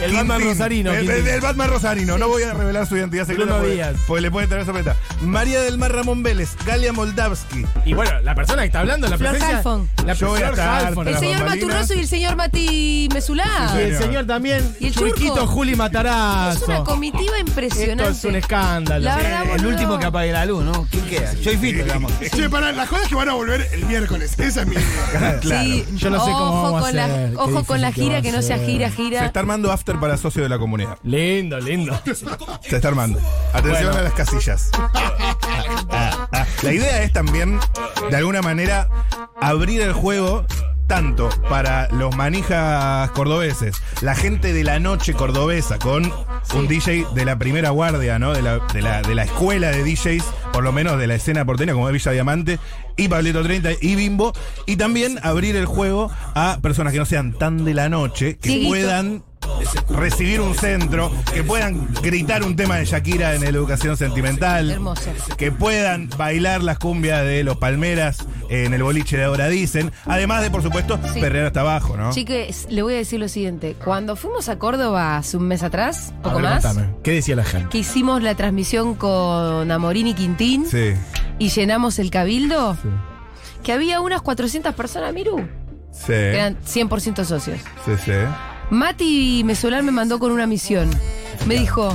S4: El Batman
S5: Quintín.
S4: Rosarino.
S5: El,
S4: Quintín.
S5: el- el Batman Rosarino. No voy a revelar su identidad secreta.
S4: Bruno
S5: porque-
S4: Díaz.
S5: Porque le puede traer sorpresa. María del Mar Ramón Vélez. Galia Moldavsky.
S4: Y bueno, la persona que está hablando, la
S1: Flor
S4: presencia.
S1: Halfon.
S4: La
S5: Yo voy a
S4: Flor
S5: estar,
S4: Halfon.
S1: El
S5: Las
S1: señor
S5: bambalinas.
S1: Maturroso y el señor Mati Mesulá.
S4: Y el
S5: Señor.
S4: señor también.
S1: Y el
S4: Churquito
S1: Churco.
S4: Juli Matarazo.
S1: Es una comitiva
S4: Esto
S1: impresionante.
S4: es un escándalo.
S1: La verdad,
S3: El
S1: boludo.
S3: último que apague la luz, ¿no? ¿Quién queda? Yo y Fito, digamos.
S2: Che, pará, las cosas que van a volver el miércoles. Esa es mi idea.
S1: Sí.
S4: Yo no sé cómo
S1: ojo
S4: vamos a
S1: con la,
S4: hacer, qué
S1: Ojo
S4: difícil
S1: con la
S4: que
S1: gira
S4: va a
S1: que no sea
S4: ser.
S1: gira,
S5: Se
S1: gira.
S5: está armando after para socio de la comunidad.
S4: Lindo, lindo.
S5: Se está armando. Atención
S4: Bueno.
S5: a las casillas. La idea es también, de alguna manera, abrir el juego tanto para los manijas cordobeses, la gente de la noche cordobesa, con un DJ de la primera guardia, ¿no? De la, de la- de la escuela de DJs, por lo menos de la escena porteña, como es Villa Diamante, y Pablito 30 y Bimbo, y también abrir el juego a personas que no sean tan de la noche, que
S1: Dieguito.
S5: puedan recibir un centro, que puedan gritar un tema de Shakira en educación sentimental,
S1: Hermoso.
S5: que puedan bailar las cumbias de los Palmeras en el boliche de ahora dicen, además de por supuesto
S1: Sí.
S5: perrear hasta abajo, ¿no?
S1: Chiques, le voy a decir lo siguiente. Cuando fuimos a Córdoba hace un mes atrás, poco
S4: A ver,
S1: más,
S4: contame, ¿Qué decía la gente?
S1: que hicimos la transmisión con Amorín y Quintín
S5: Sí.
S1: y llenamos el cabildo, que había unas 400 personas, Miru.
S5: Sí.
S1: Eran 100% socios.
S5: Sí, sí.
S1: Mati Mesolar me mandó con una misión. Me dijo,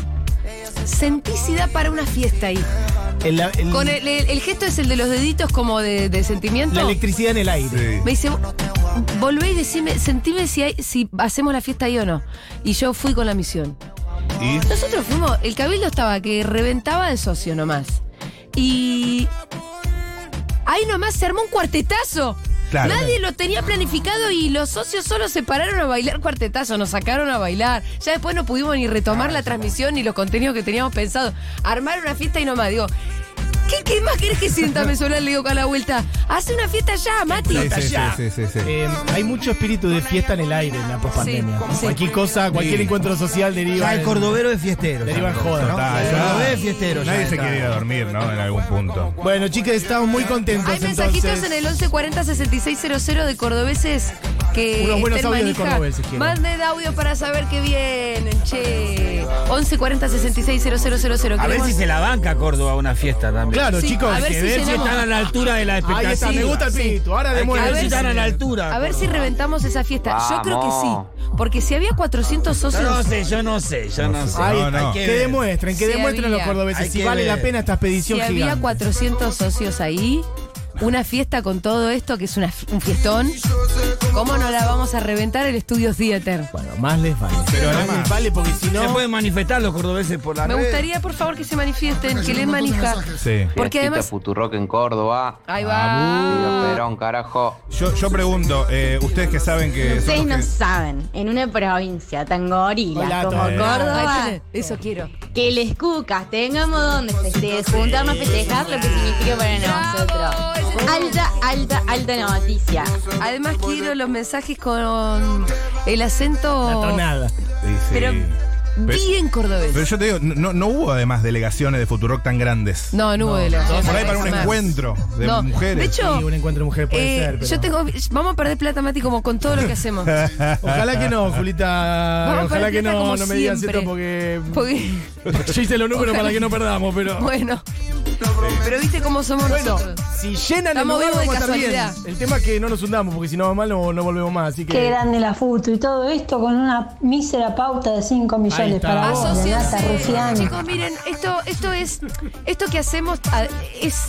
S1: senticidad para una fiesta ahí.
S4: El-
S3: Mm.
S4: el-
S1: Con el, el- el gesto es el de los deditos como de, de sentimiento.
S4: la electricidad en el aire.
S5: Sí.
S1: Me dice, volvé y decime, sentime si, hay- si hacemos la fiesta ahí o no. Y yo fui con la misión.
S5: Y
S1: Nosotros fuimos, el cabildo estaba que reventaba de socio nomás. Y ahí nomás se armó un cuartetazo.
S5: Claro.
S1: Nadie lo tenía planificado y los socios solo se pararon a bailar cuartetazo, nos sacaron a bailar. Ya después no pudimos ni retomar la transmisión ni los contenidos que teníamos pensado. Armar una fiesta y nomás, digo, ¿qué, qué más querés que sienta Mesolar? Le digo con la vuelta. Hace una fiesta ya, Mati.
S5: sí, sí, sí, sí, sí, sí.
S4: Eh, hay mucho espíritu de fiesta en el aire en la pospandemia.
S1: Sí, sí.
S4: Cualquier cosa, cualquier encuentro social deriva.
S3: Ya el
S4: en-
S3: cordobero es fiestero.
S4: Deriva en joda, ¿no?
S5: Total,
S3: El
S5: ya.
S3: cordobés es fiestero. ya
S5: Nadie se
S3: está.
S5: quiere ir a dormir, ¿no? En algún punto.
S4: Bueno, chicas, estamos muy contentos.
S1: Hay mensajitos
S4: entonces.
S1: en el 1140-6600 de cordobeses que
S4: Unos buenos
S1: estén
S4: audios de
S1: manija.
S4: cordobeses quiero.
S1: Manden audio para saber que vienen, che. 1140-660000.
S3: A ver si se la banca Córdoba a una fiesta también.
S4: Claro,
S1: Sí,
S4: chicos.
S1: a ver
S3: Que
S1: si
S3: ver si
S1: llenamos.
S3: están a la altura de la
S4: Ahí
S3: expectativa.
S4: está, me gusta el
S1: Sí.
S4: espíritu. Ahora
S3: Hay que
S1: A
S4: demuestra.
S3: ver si
S1: ver si-
S3: están a la altura.
S1: A ver si reventamos esa fiesta. Yo creo que sí. Porque si había 400
S3: Yo
S1: socios.
S3: no sé, yo no sé, yo no, sé.
S4: Ahí
S5: No,
S4: está,
S5: no.
S4: que,
S3: Hay que ver.
S4: demuestren, que
S1: Si
S4: demuestren
S1: había.
S4: los cordobeses
S3: Hay
S4: si
S3: que
S4: vale
S3: ver.
S4: la pena esta expedición
S1: Si había
S4: gigante.
S1: 400 socios ahí, una fiesta con todo esto, que es una- un fiestón, ¿cómo no la vamos a reventar el Estudio Theater?
S4: Bueno, más les vale.
S5: Pero
S4: más
S5: además-
S4: les vale porque si
S3: Se
S4: no.
S3: pueden manifestar los cordobeses por la
S1: Me
S3: red.
S1: gustaría, por favor, que se manifiesten, que les manija.
S5: Sí.
S1: Porque además.
S10: Futurock en Córdoba. Ah,
S1: Ahí va.
S10: Perón, carajo.
S5: Yo, yo pregunto, eh, ustedes que saben que. son los que-
S9: saben, en una provincia tan gorila
S4: Hola,
S9: como
S5: Tony.
S9: Córdoba,
S1: Ahí tenés, Eso quiero.
S9: que les cucas, tengamos donde festejar, juntarnos a festejar lo que significa para nosotros. Alta, alta, alta noticia.
S1: Además quiero los mensajes con el acento
S4: La tonada.
S5: Sí, sí.
S1: Pero
S5: Pero-
S1: bien cordobés.
S5: Pero yo te digo, no, no hubo además delegaciones de Futurock tan grandes.
S1: no, no hubo de la-
S5: Por ahí para un
S1: jamás.
S5: encuentro de
S1: No,
S5: mujeres.
S1: De hecho,
S4: Sí, un encuentro de mujer puede
S1: eh,
S4: ser. pero-
S1: yo tengo, vamos a perder plata, Mati, como con todo lo que hacemos.
S4: Ojalá que no, Julita.
S1: Vamos para
S4: Ojalá que
S1: la plata
S4: no,
S1: como
S4: no me digas
S1: siempre.
S4: esto porque.
S1: Porque,
S4: Yo hice los números
S1: Ojalá.
S4: para que no perdamos, pero.
S1: bueno, pero viste cómo somos
S4: Bueno,
S1: nosotros.
S4: si llenan
S1: Estamos
S4: el lugar,
S1: vivos de
S4: vamos a estar
S1: casualidad.
S4: bien. El tema es que no nos hundamos, porque si no va mal, no, no volvemos más. Así que.
S9: Qué grande la foto y todo esto con una mísera pauta de 5
S4: Ahí
S9: millones
S4: está.
S9: para vos, Renata
S1: Asociense.
S9: Rufián.
S1: Chicos, miren, esto, esto es. Esto que hacemos a- es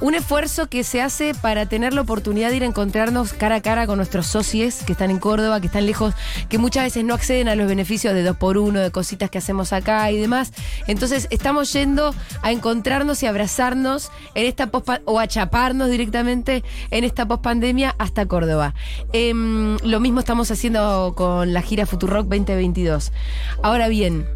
S1: un esfuerzo que se hace para tener la oportunidad de ir a encontrarnos cara a cara con nuestros socios que están en Córdoba, que están lejos, que muchas veces no acceden a los beneficios de dos por uno, de cositas que hacemos acá y demás. Entonces, estamos yendo a encontrarnos y abrazarnos en esta pospa- o a chaparnos directamente en esta pospandemia hasta Córdoba. Em, lo mismo estamos haciendo con la gira Futurock 2022. Ahora bien,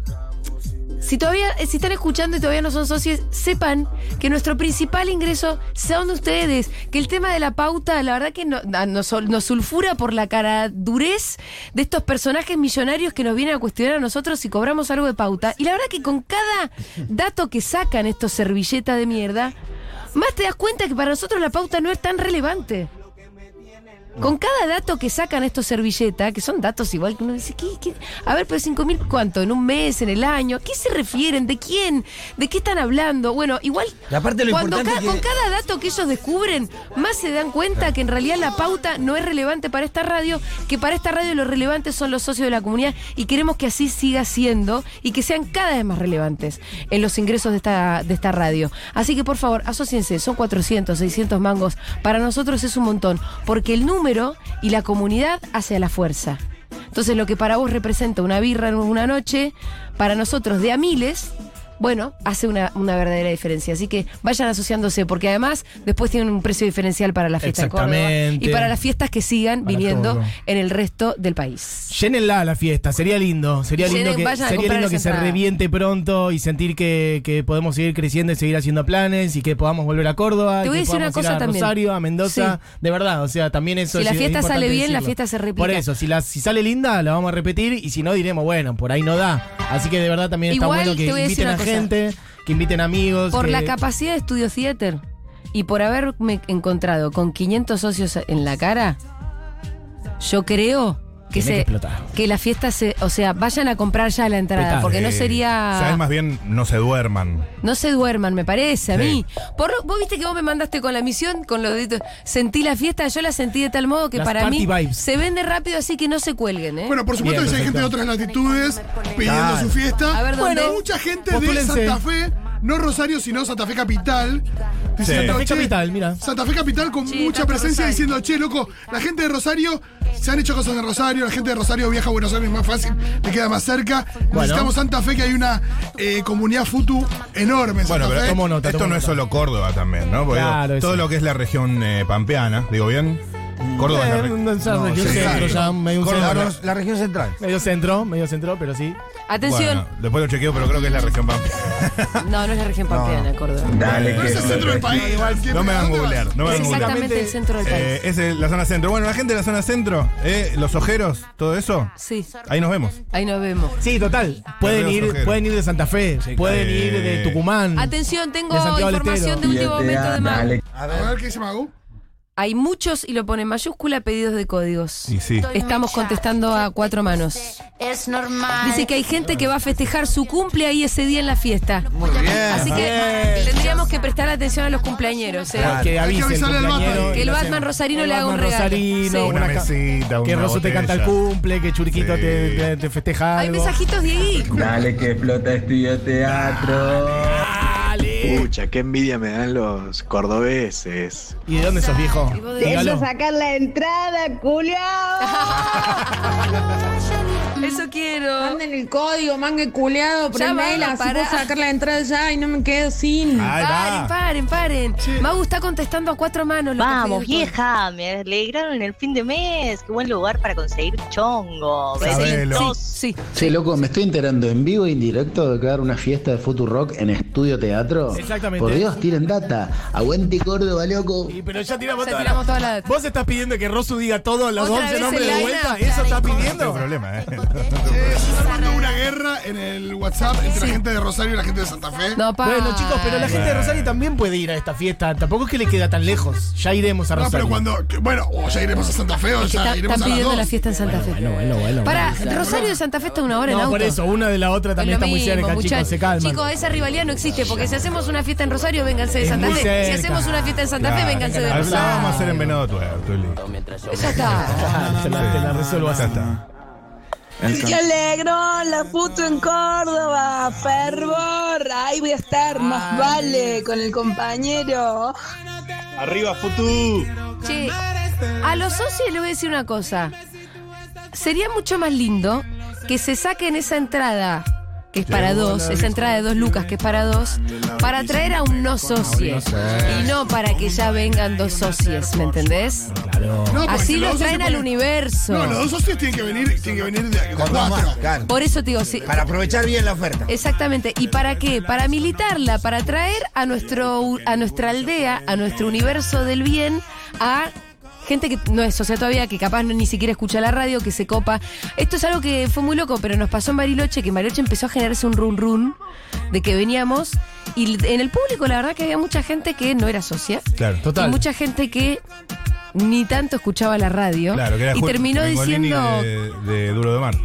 S1: si todavía, eh, si están escuchando y todavía no son socios, sepan que nuestro principal ingreso son ustedes. Que el tema de la pauta, la verdad que no- na- nos, sul- nos sulfura por la cara durez de estos personajes millonarios que nos vienen a cuestionar a nosotros si cobramos algo de pauta. Y la verdad que con cada dato que sacan estos servilletas de mierda, más te das cuenta que para nosotros la pauta no es tan relevante. Con cada dato que sacan estos servilletas, que son datos igual que uno dice, ¿qué, qué? a ver, pero 5.000 cuánto, en un mes, en el año, ¿a qué se refieren? ¿De quién? ¿De qué están hablando? Bueno, igual,
S3: Y aparte lo
S1: cuando
S3: importante
S1: ca-
S3: es
S1: con
S3: que-
S1: cada dato que ellos descubren, más se dan cuenta que en realidad la pauta no es relevante para esta radio, que para esta radio lo relevante son los socios de la comunidad y queremos que así siga siendo y que sean cada vez más relevantes en los ingresos de esta, de esta radio. Así que por favor, asóciense, son 400, 600 mangos. Para nosotros es un montón, porque el número y la comunidad hace a la fuerza. Entonces lo que para vos representa una birra en una noche, para nosotros de a miles, bueno, hace una, una verdadera diferencia. Así que vayan asociándose, porque además después tienen un precio diferencial para la fiesta en Córdoba
S4: Exactamente.
S1: y para las fiestas que sigan
S4: Para
S1: viniendo
S4: todo.
S1: en el resto del país.
S4: Llénenla la fiesta, sería lindo. Sería lindo
S1: Llenen,
S4: que,
S1: vayan a
S4: sería
S1: comprar
S4: lindo
S1: las
S4: que se
S1: entradas.
S4: reviente pronto y sentir que, que podemos seguir creciendo y seguir haciendo planes y que podamos volver a Córdoba.
S1: Te
S4: y
S1: voy a
S4: que
S1: decir una
S4: podamos ir
S1: cosa
S4: a
S1: también.
S4: Rosario, a Mendoza. De verdad, o sea, también eso
S1: Si la
S4: es- es
S1: fiesta sale
S4: importante
S1: bien, la
S4: decirlo.
S1: fiesta se replica.
S4: Por eso, si, la, si sale linda, la vamos a repetir y si no, diremos, bueno, por ahí no da. Así que de verdad también está
S1: Igual
S4: bueno que
S1: te voy a decir
S4: inviten a
S1: una cosa.
S4: gente, que inviten amigos.
S1: Por
S4: que-
S1: la capacidad de Estudio Theater y por haberme encontrado con 500 socios en la cara, yo creo que
S4: Tiene que
S1: se
S4: explotar.
S1: que la fiesta se, o sea, vayan a comprar ya la entrada,
S4: Petá.
S1: porque no
S5: Eh,
S1: sería
S5: Sabes más bien, no se duerman.
S1: no se duerman, me parece, a
S5: Sí.
S1: mí. Por, vos viste que vos me mandaste con la misión, con los deditos. Sentí la fiesta, yo la sentí de tal modo que
S4: Las
S1: para mí
S4: party vibes.
S1: se vende rápido, así que no se cuelguen, ¿eh?
S2: Bueno, por supuesto que
S4: Bien,
S2: si hay gente de
S4: perfecto.
S2: otras latitudes pidiendo
S5: Claro.
S2: su fiesta.
S1: A ver, ¿dónde?
S2: Bueno, mucha gente de
S4: Postúlense.
S2: Santa Fe, no Rosario, sino Santa Fe Capital. diciendo,
S5: Santa
S4: Fe
S2: "Che,
S4: Capital, mira.
S2: Santa Fe Capital con
S1: Sí,
S2: mucha
S1: tanto
S2: presencia
S1: Rosario.
S2: diciendo, che, loco, la gente de Rosario, se han hecho cosas en Rosario, la gente de Rosario viaja a Buenos Aires más fácil, le queda más cerca. Necesitamos Santa Fe, que hay una eh, comunidad futu enorme en
S5: Bueno,
S2: Santa
S5: pero
S2: Fe.
S4: tomo nota,
S5: esto
S4: tomo
S5: no es
S4: nota.
S5: solo Córdoba también, ¿no? Porque
S4: Claro,
S5: digo,
S4: eso.
S5: todo lo que es la región eh, pampeana, digo bien. Córdoba es la
S4: Eh,
S5: re-
S4: no, ya, región
S5: sí.
S4: centro, ya, medio un
S5: Córdoba,
S4: centro.
S5: no,
S3: La región central.
S4: Medio centro, medio centro, pero sí.
S1: Atención.
S5: Bueno, después lo chequeo, pero creo que es la región pampeana.
S1: No, no es la región pampeana, Córdoba.
S7: Dale,
S2: Pero es el centro del país. ¿quién-
S5: No me van a
S2: dónde vas?
S5: googlear, no me
S1: Es
S5: van a googlear.
S1: exactamente el centro del país.
S5: Eh, es el- la zona centro. Bueno, la gente de la zona centro, eh, los ojeros, todo eso,
S1: sí,
S5: ahí nos vemos.
S1: ahí nos vemos.
S4: Sí, total. Pueden
S5: Correos
S4: ir,
S5: Ojeros.
S4: pueden ir de Santa Fe, pueden
S5: Eh.
S4: ir de Tucumán.
S1: Atención, tengo
S4: Mm. De Santiago del
S1: información
S4: Estero.
S1: de último momento de Mago.
S2: A ver, ¿qué dice Mago?
S1: Hay muchos, y lo pone en mayúscula, pedidos de códigos.
S5: Y sí.
S1: Estamos contestando a cuatro manos.
S6: Es normal.
S1: Dice que hay gente que va a festejar su cumple ahí ese día en la fiesta. Así que tendríamos que prestar atención a los cumpleañeros. ¿eh?
S4: Que
S2: Hay que
S4: avise el
S2: avisarle al
S4: cumpleañero
S2: Batman.
S4: y
S1: Que el
S4: lo
S1: Batman
S4: hacemos.
S1: Rosarino
S4: El
S1: le haga un
S4: Batman
S1: regalo. Sí.
S4: Rosarino,
S1: Una
S4: una ca-
S5: mesita,
S4: Que
S5: una
S4: Rosso te
S5: botella.
S4: canta el cumple, que Churquito
S5: Sí.
S4: te, te- te festeja
S1: Hay
S4: algo.
S1: mensajitos de ahí.
S10: Dale que explota estudio teatro.
S11: Pucha, qué envidia me dan los cordobeses.
S4: ¿Y de dónde sos, viejo?
S1: Y vos de-
S4: Dígalo.
S9: sacar la entrada, culiao.
S1: Eso quiero.
S9: Manden el código, mangue culeado, por
S1: Ya
S9: el
S1: va,
S9: mail, así
S1: pará.
S9: puedo sacar la entrada ya y no me quedo sin.
S5: Ahí
S1: Paren,
S5: va.
S1: paren, paren. Magu está contestando a cuatro manos. los
S12: Vamos,
S1: pedidos de códigos.
S12: vieja, me alegraron el fin de mes. Qué buen lugar para conseguir chongo.
S5: Sabelo.
S12: Besitos.
S1: Sí,
S11: Sí, loco, me estoy enterando en vivo e indirecto de que va a haber una fiesta de Futurock Rock en Estudio Teatro.
S4: Exactamente.
S11: Por Dios, tiren data. Aguante Córdoba, loco.
S4: Y pero ya tiramos,
S1: Ya
S4: toda,
S1: tiramos
S4: la...
S1: toda la-
S4: Vos estás pidiendo que Rosu diga todos los
S1: Otra
S4: 11
S1: vez
S4: nombres
S1: el
S4: de
S1: line
S4: vuelta.
S1: up.
S4: ¿Eso estás
S5: No hay
S4: pidiendo?
S5: problema, eh.
S2: Eh, se está armando una guerra en el WhatsApp entre la gente de Rosario y la gente de Santa Fe.
S1: no, pa.
S4: Bueno, chicos, pero la gente de Rosario también puede ir a esta fiesta. Tampoco es que le queda tan lejos. Ya iremos a
S2: No,
S4: Rosario.
S2: pero cuando. que- Bueno, o ya iremos a Santa Fe o
S1: Es que
S2: ya
S1: está-
S2: Ah, iremos
S1: están
S2: a las
S1: pidiendo
S2: dos.
S1: la fiesta en Santa Fe.
S4: Bueno, bueno, bueno.
S1: Para, Rosario de Santa Fe está una hora en
S4: No,
S1: auto.
S4: por eso, una de la otra
S1: Es
S4: también
S1: lo
S4: está muy
S1: mismo,
S4: cerca, chicos,
S1: muchachos.
S4: se calman.
S1: Chicos, esa rivalidad no existe, porque si hacemos una fiesta en Rosario, vénganse de
S4: Es
S1: Santa
S4: muy
S1: Fe. Si
S4: cerca.
S1: hacemos una fiesta en Santa Fe, vénganse de
S5: Ahora La vamos a
S1: Rosario.
S5: hacer en Venado Tuerto, y listo.
S1: Ya está.
S4: Ah, te la, te la resuelvo así.
S5: Ya está.
S6: ¡Qué alegro! La puto en Córdoba, fervor. Ahí voy a estar, más vale, con el compañero.
S1: Che, a los socios les voy a decir una cosa. Sería mucho más lindo que se saquen esa entrada que es para dos, esa entrada de dos lucas que es para dos, para traer a un no socio. Y no para que ya vengan dos socios, ¿me entendés?
S2: No, porque
S1: Así lo
S2: los dos
S1: traen
S2: se
S1: al
S2: ponen-
S1: universo.
S2: No, los dos socios tienen que venir, tienen que venir de, de
S3: Con dos más,
S2: cuatro.
S3: claro.
S1: Por eso te digo, si,
S3: Para aprovechar bien la oferta.
S1: Exactamente. ¿Y para qué? Para militarla, para traer a nuestro a nuestra aldea, a nuestro universo del bien, a gente que no es, o sea, todavía que capaz no- ni siquiera escucha la radio, que se copa. Esto es algo que fue muy loco, pero nos pasó en Bariloche, que en Bariloche empezó a generarse un run run de que veníamos. Y en el público, la verdad que había mucha gente que no era socia.
S5: Claro.
S1: Y
S4: Total.
S1: mucha gente que ni tanto escuchaba la radio.
S5: Claro, que era
S1: y
S5: Ju-
S1: terminó
S5: Mengolini
S1: diciendo
S5: De, de Duro de Mar.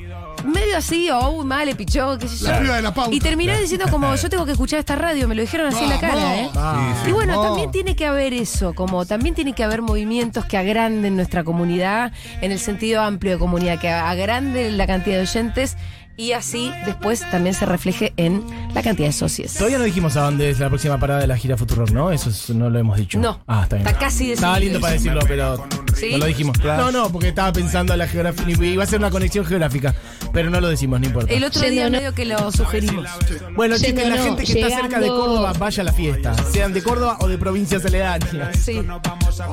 S1: medio así, o "Oh, uy, mal, le pichó, qué sé yo.
S2: La piba de la pauta.
S1: Y terminó diciendo como, yo tengo que escuchar esta radio, me lo dijeron así en la cara, ¿eh?
S5: Sí, sí.
S1: Y bueno, también tiene que haber eso, como también tiene que haber movimientos que agranden nuestra comunidad, en el sentido amplio de comunidad, que agranden la cantidad de oyentes y así después también se refleje en la cantidad de socios.
S4: Todavía no dijimos a dónde es la próxima parada de la gira Futurock, ¿no? Eso es- no lo hemos dicho.
S1: No.
S4: Ah, está bien.
S1: Está casi decidido.
S4: Estaba lindo para decirlo, pero
S1: Sí.
S4: no lo dijimos. No, no, porque estaba pensando en la geografía. Iba a ser una conexión geográfica, pero no lo decimos, no importa.
S1: El otro día
S9: Yendo, ¿no?
S1: medio que lo sugerimos.
S4: Bueno, chicos,
S9: Yendo,
S4: la
S9: no,
S4: gente que está cerca de
S9: llegando.
S4: Córdoba, vaya a la fiesta. Sean de Córdoba o de provincias aledañas.
S1: Sí.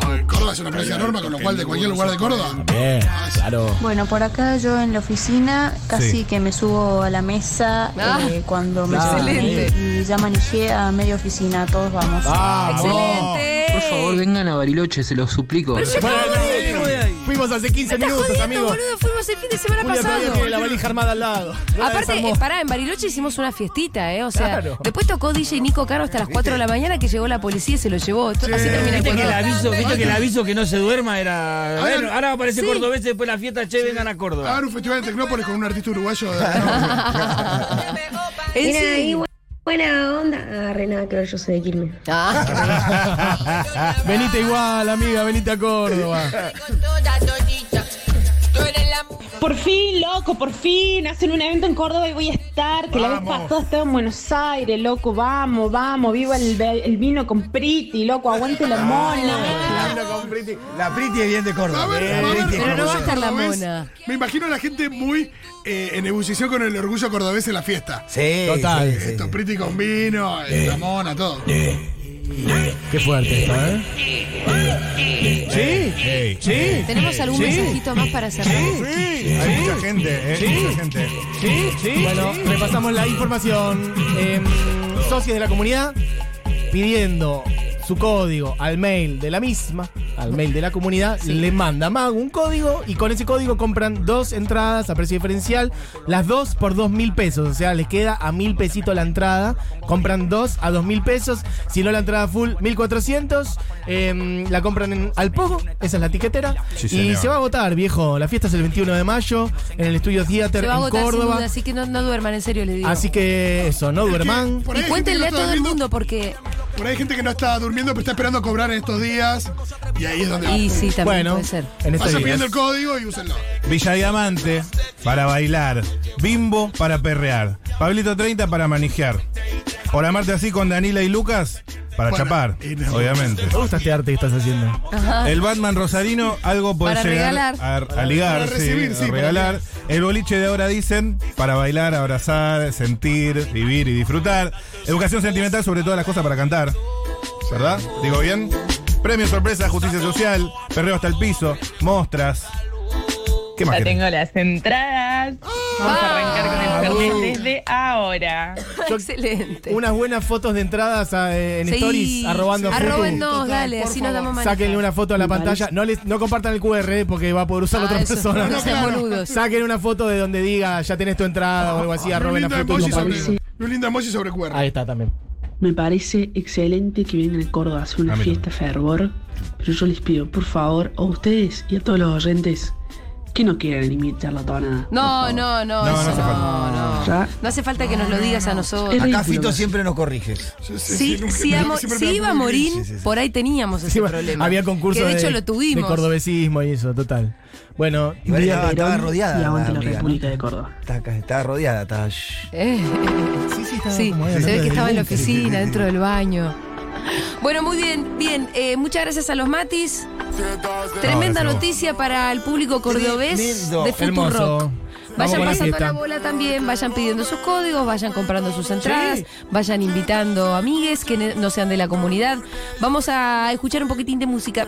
S2: Ay, Córdoba es una provincia enorme, con lo cual de cualquier lugar de Córdoba.
S4: Bien, claro.
S9: Bueno, por acá yo en la oficina casi
S5: Sí.
S9: que me subo a la mesa
S1: Ah,
S9: eh, cuando me
S4: claro.
S9: suben
S1: Excelente.
S9: y ya manejé a media oficina, todos vamos.
S4: Ah,
S1: Excelente.
S11: vengan a Bariloche, se los suplico.
S1: Pero yo-
S4: Bueno, fuimos fuimos hace 15
S1: Me estás
S4: minutos,
S1: jodiendo,
S4: amigo.
S1: boludo, fuimos el fin de semana
S4: Julia todavía
S1: pasado.
S4: tiene la valija armada al lado. No la
S1: Aparte,
S4: desarmó.
S1: eh, pará, en Bariloche hicimos una fiestita, ¿eh? O sea,
S4: Claro.
S1: después tocó DJ Nico Caro hasta las 4 de la mañana que llegó la policía y se lo llevó. Esto- Así termina el
S3: ¿Viste que, el
S1: cuento.
S3: aviso, viste que el aviso que no se duerma era.
S2: Ahora-
S3: bueno, ahora aparece
S2: Sí.
S3: Cordobés después de la fiesta, che, vengan a Córdoba.
S2: Ahora un festival de Tecnópolis con un artista uruguayo. de-
S13: Era
S1: En serio.
S13: ahí, bu- buena onda. Ah, re nada que ver, yo soy de Quilmes.
S4: venite igual, amiga, venite a Córdoba.
S14: Por fin, loco, por fin. Hacen un evento en Córdoba y voy a estar. Que la vez
S15: Vamos.
S14: pasada estaba en Buenos Aires, loco. Vamos, vamos. Viva el, ve- el vino con Priti, loco. Aguante la mona.
S3: Ah, La Priti es bien de
S2: A
S3: Córdoba.
S2: ver,
S3: Bien,
S2: a ver,
S3: Priti es
S2: ¿cómo
S3: cordobesa.
S2: es cordobés? Me imagino a la gente muy eh, en ebullición con el orgullo cordobés en la fiesta.
S3: Sí.
S4: Total.
S2: Esto, Priti con vino, eh, la mona, todo.
S4: Qué fuerte esto, ¿eh?
S5: Sí, sí.
S1: ¿Tenemos algún mensajito más para cerrar?
S5: Hay mucha gente, eh, mucha gente.
S4: Sí, sí. Bueno, repasamos la información. Eh, socios de la comunidad pidiendo su código al mail de la misma, al mail de la comunidad, le manda a Mago un código y con ese código compran dos entradas a precio diferencial, las dos por dos mil pesos, o sea, les queda a mil pesitos la entrada, compran dos a dos mil pesos, si no la entrada full, mil cuatrocientos, eh, la compran en, al poco, esa es la tiquetera,
S5: Sí,
S4: y
S5: señor.
S4: se va a agotar, viejo, la fiesta es el 21 de mayo, en el Estudio Theater
S1: Se va a
S4: en
S1: agotar sin
S4: Córdoba.
S1: duda, así que no, no duerman, en serio les digo.
S4: Así que eso, no duerman.
S2: Por
S1: Y
S2: ahí hay gente que no
S1: cuéntenle a
S2: está
S1: todo el
S2: durmiendo.
S1: mundo porque...
S2: Por ahí hay gente que no está durmiendo, pero está esperando cobrar en estos días. Y ahí es donde.
S1: Y sí, también
S4: Bueno, Eh,
S1: puede ser.
S4: en estos
S2: Vayan
S4: días.
S2: pidiendo el código y úsenlo.
S5: Villa Diamante para bailar. Bimbo para perrear. Pablito 30 para manejar. Por amarte así con Danila y Lucas para
S4: Para-
S5: chapar,
S4: y no.
S5: obviamente.
S4: Me gusta este arte que estás haciendo.
S1: Ajá.
S5: El Batman Rosarino, algo puede
S1: Para regalar.
S5: llegar A, a ligar,
S2: Para recibir,
S5: sí,
S2: sí,
S5: a
S2: para
S5: regalar. El boliche de ahora dicen para bailar, abrazar, sentir, vivir y disfrutar. Educación sentimental sobre todas las cosas para cantar. ¿Verdad? ¿Digo bien? Premio sorpresa, justicia social, perreo hasta el piso, mostras. ¿Qué más?
S16: Ya
S5: querés?
S16: tengo las entradas.
S6: Ah.
S16: Vamos a arrancar con el
S4: Ah,
S16: Fernet desde ahora.
S1: Excelente.
S4: Unas buenas fotos de entradas a- eh, en
S1: Sí.
S4: stories arrobando a Futu.
S1: Arróbennos, dale, así nos damos manija.
S4: Sáquenle una foto a la
S1: Me
S4: pantalla.
S1: parece.
S4: No, les, no compartan el QR porque va a poder usar
S1: Ah,
S4: otra
S1: eso,
S4: persona.
S1: no sean boludos.
S4: Sáquenle una foto de donde diga ya tenés tu entrada o algo así.
S2: Y un
S4: Arroben a
S2: lindo
S4: Futu y
S2: emoji
S4: compartan.
S2: sobre, y un lindo emoji sobre cuerpo.
S4: Ahí está también.
S17: Me parece excelente que vengan a Córdoba a hacer una fiesta fervor, pero yo les pido, por favor, a ustedes y a todos los oyentes, que no quieran imitar la tonada.
S1: No, no, no,
S17: No, no
S1: eso
S17: hace falta.
S1: no, no.
S17: Ya.
S1: No hace falta que nos lo digas a nosotros.
S3: Acá Fito siempre nos corriges.
S1: Sí, si, amo- si iba a morir, por ahí teníamos ese problema.
S4: Había concursos
S1: Que de hecho
S4: de,
S1: lo tuvimos.
S4: de cordobesismo y eso, total. Bueno,
S3: Igual
S4: día-
S3: estaba, estaba
S4: Perón
S3: rodeada.
S4: y
S3: la
S4: aguante la
S3: amiga, ¿no?
S4: República
S17: de Córdoba.
S3: Está acá, estaba rodeada. Estaba... shh.
S1: Eh. Sí,
S4: como
S1: se ve
S4: dentro
S1: que
S4: del
S1: estaba en la
S4: búnker.
S1: oficina, dentro del baño. Bueno, muy bien, bien. eh, muchas gracias a los Matis. Tremenda
S4: gracias a vos.
S1: noticia para el público cordobés
S4: Tremendo,
S1: de Futuro
S4: hermoso.
S1: Rock.
S4: Vamos
S1: Vayan
S4: con la
S1: pasando
S4: fiesta.
S1: la bola también, vayan pidiendo sus códigos, vayan comprando sus entradas, vayan invitando amigues que ne- no sean de la comunidad. Vamos a escuchar un poquitín de música.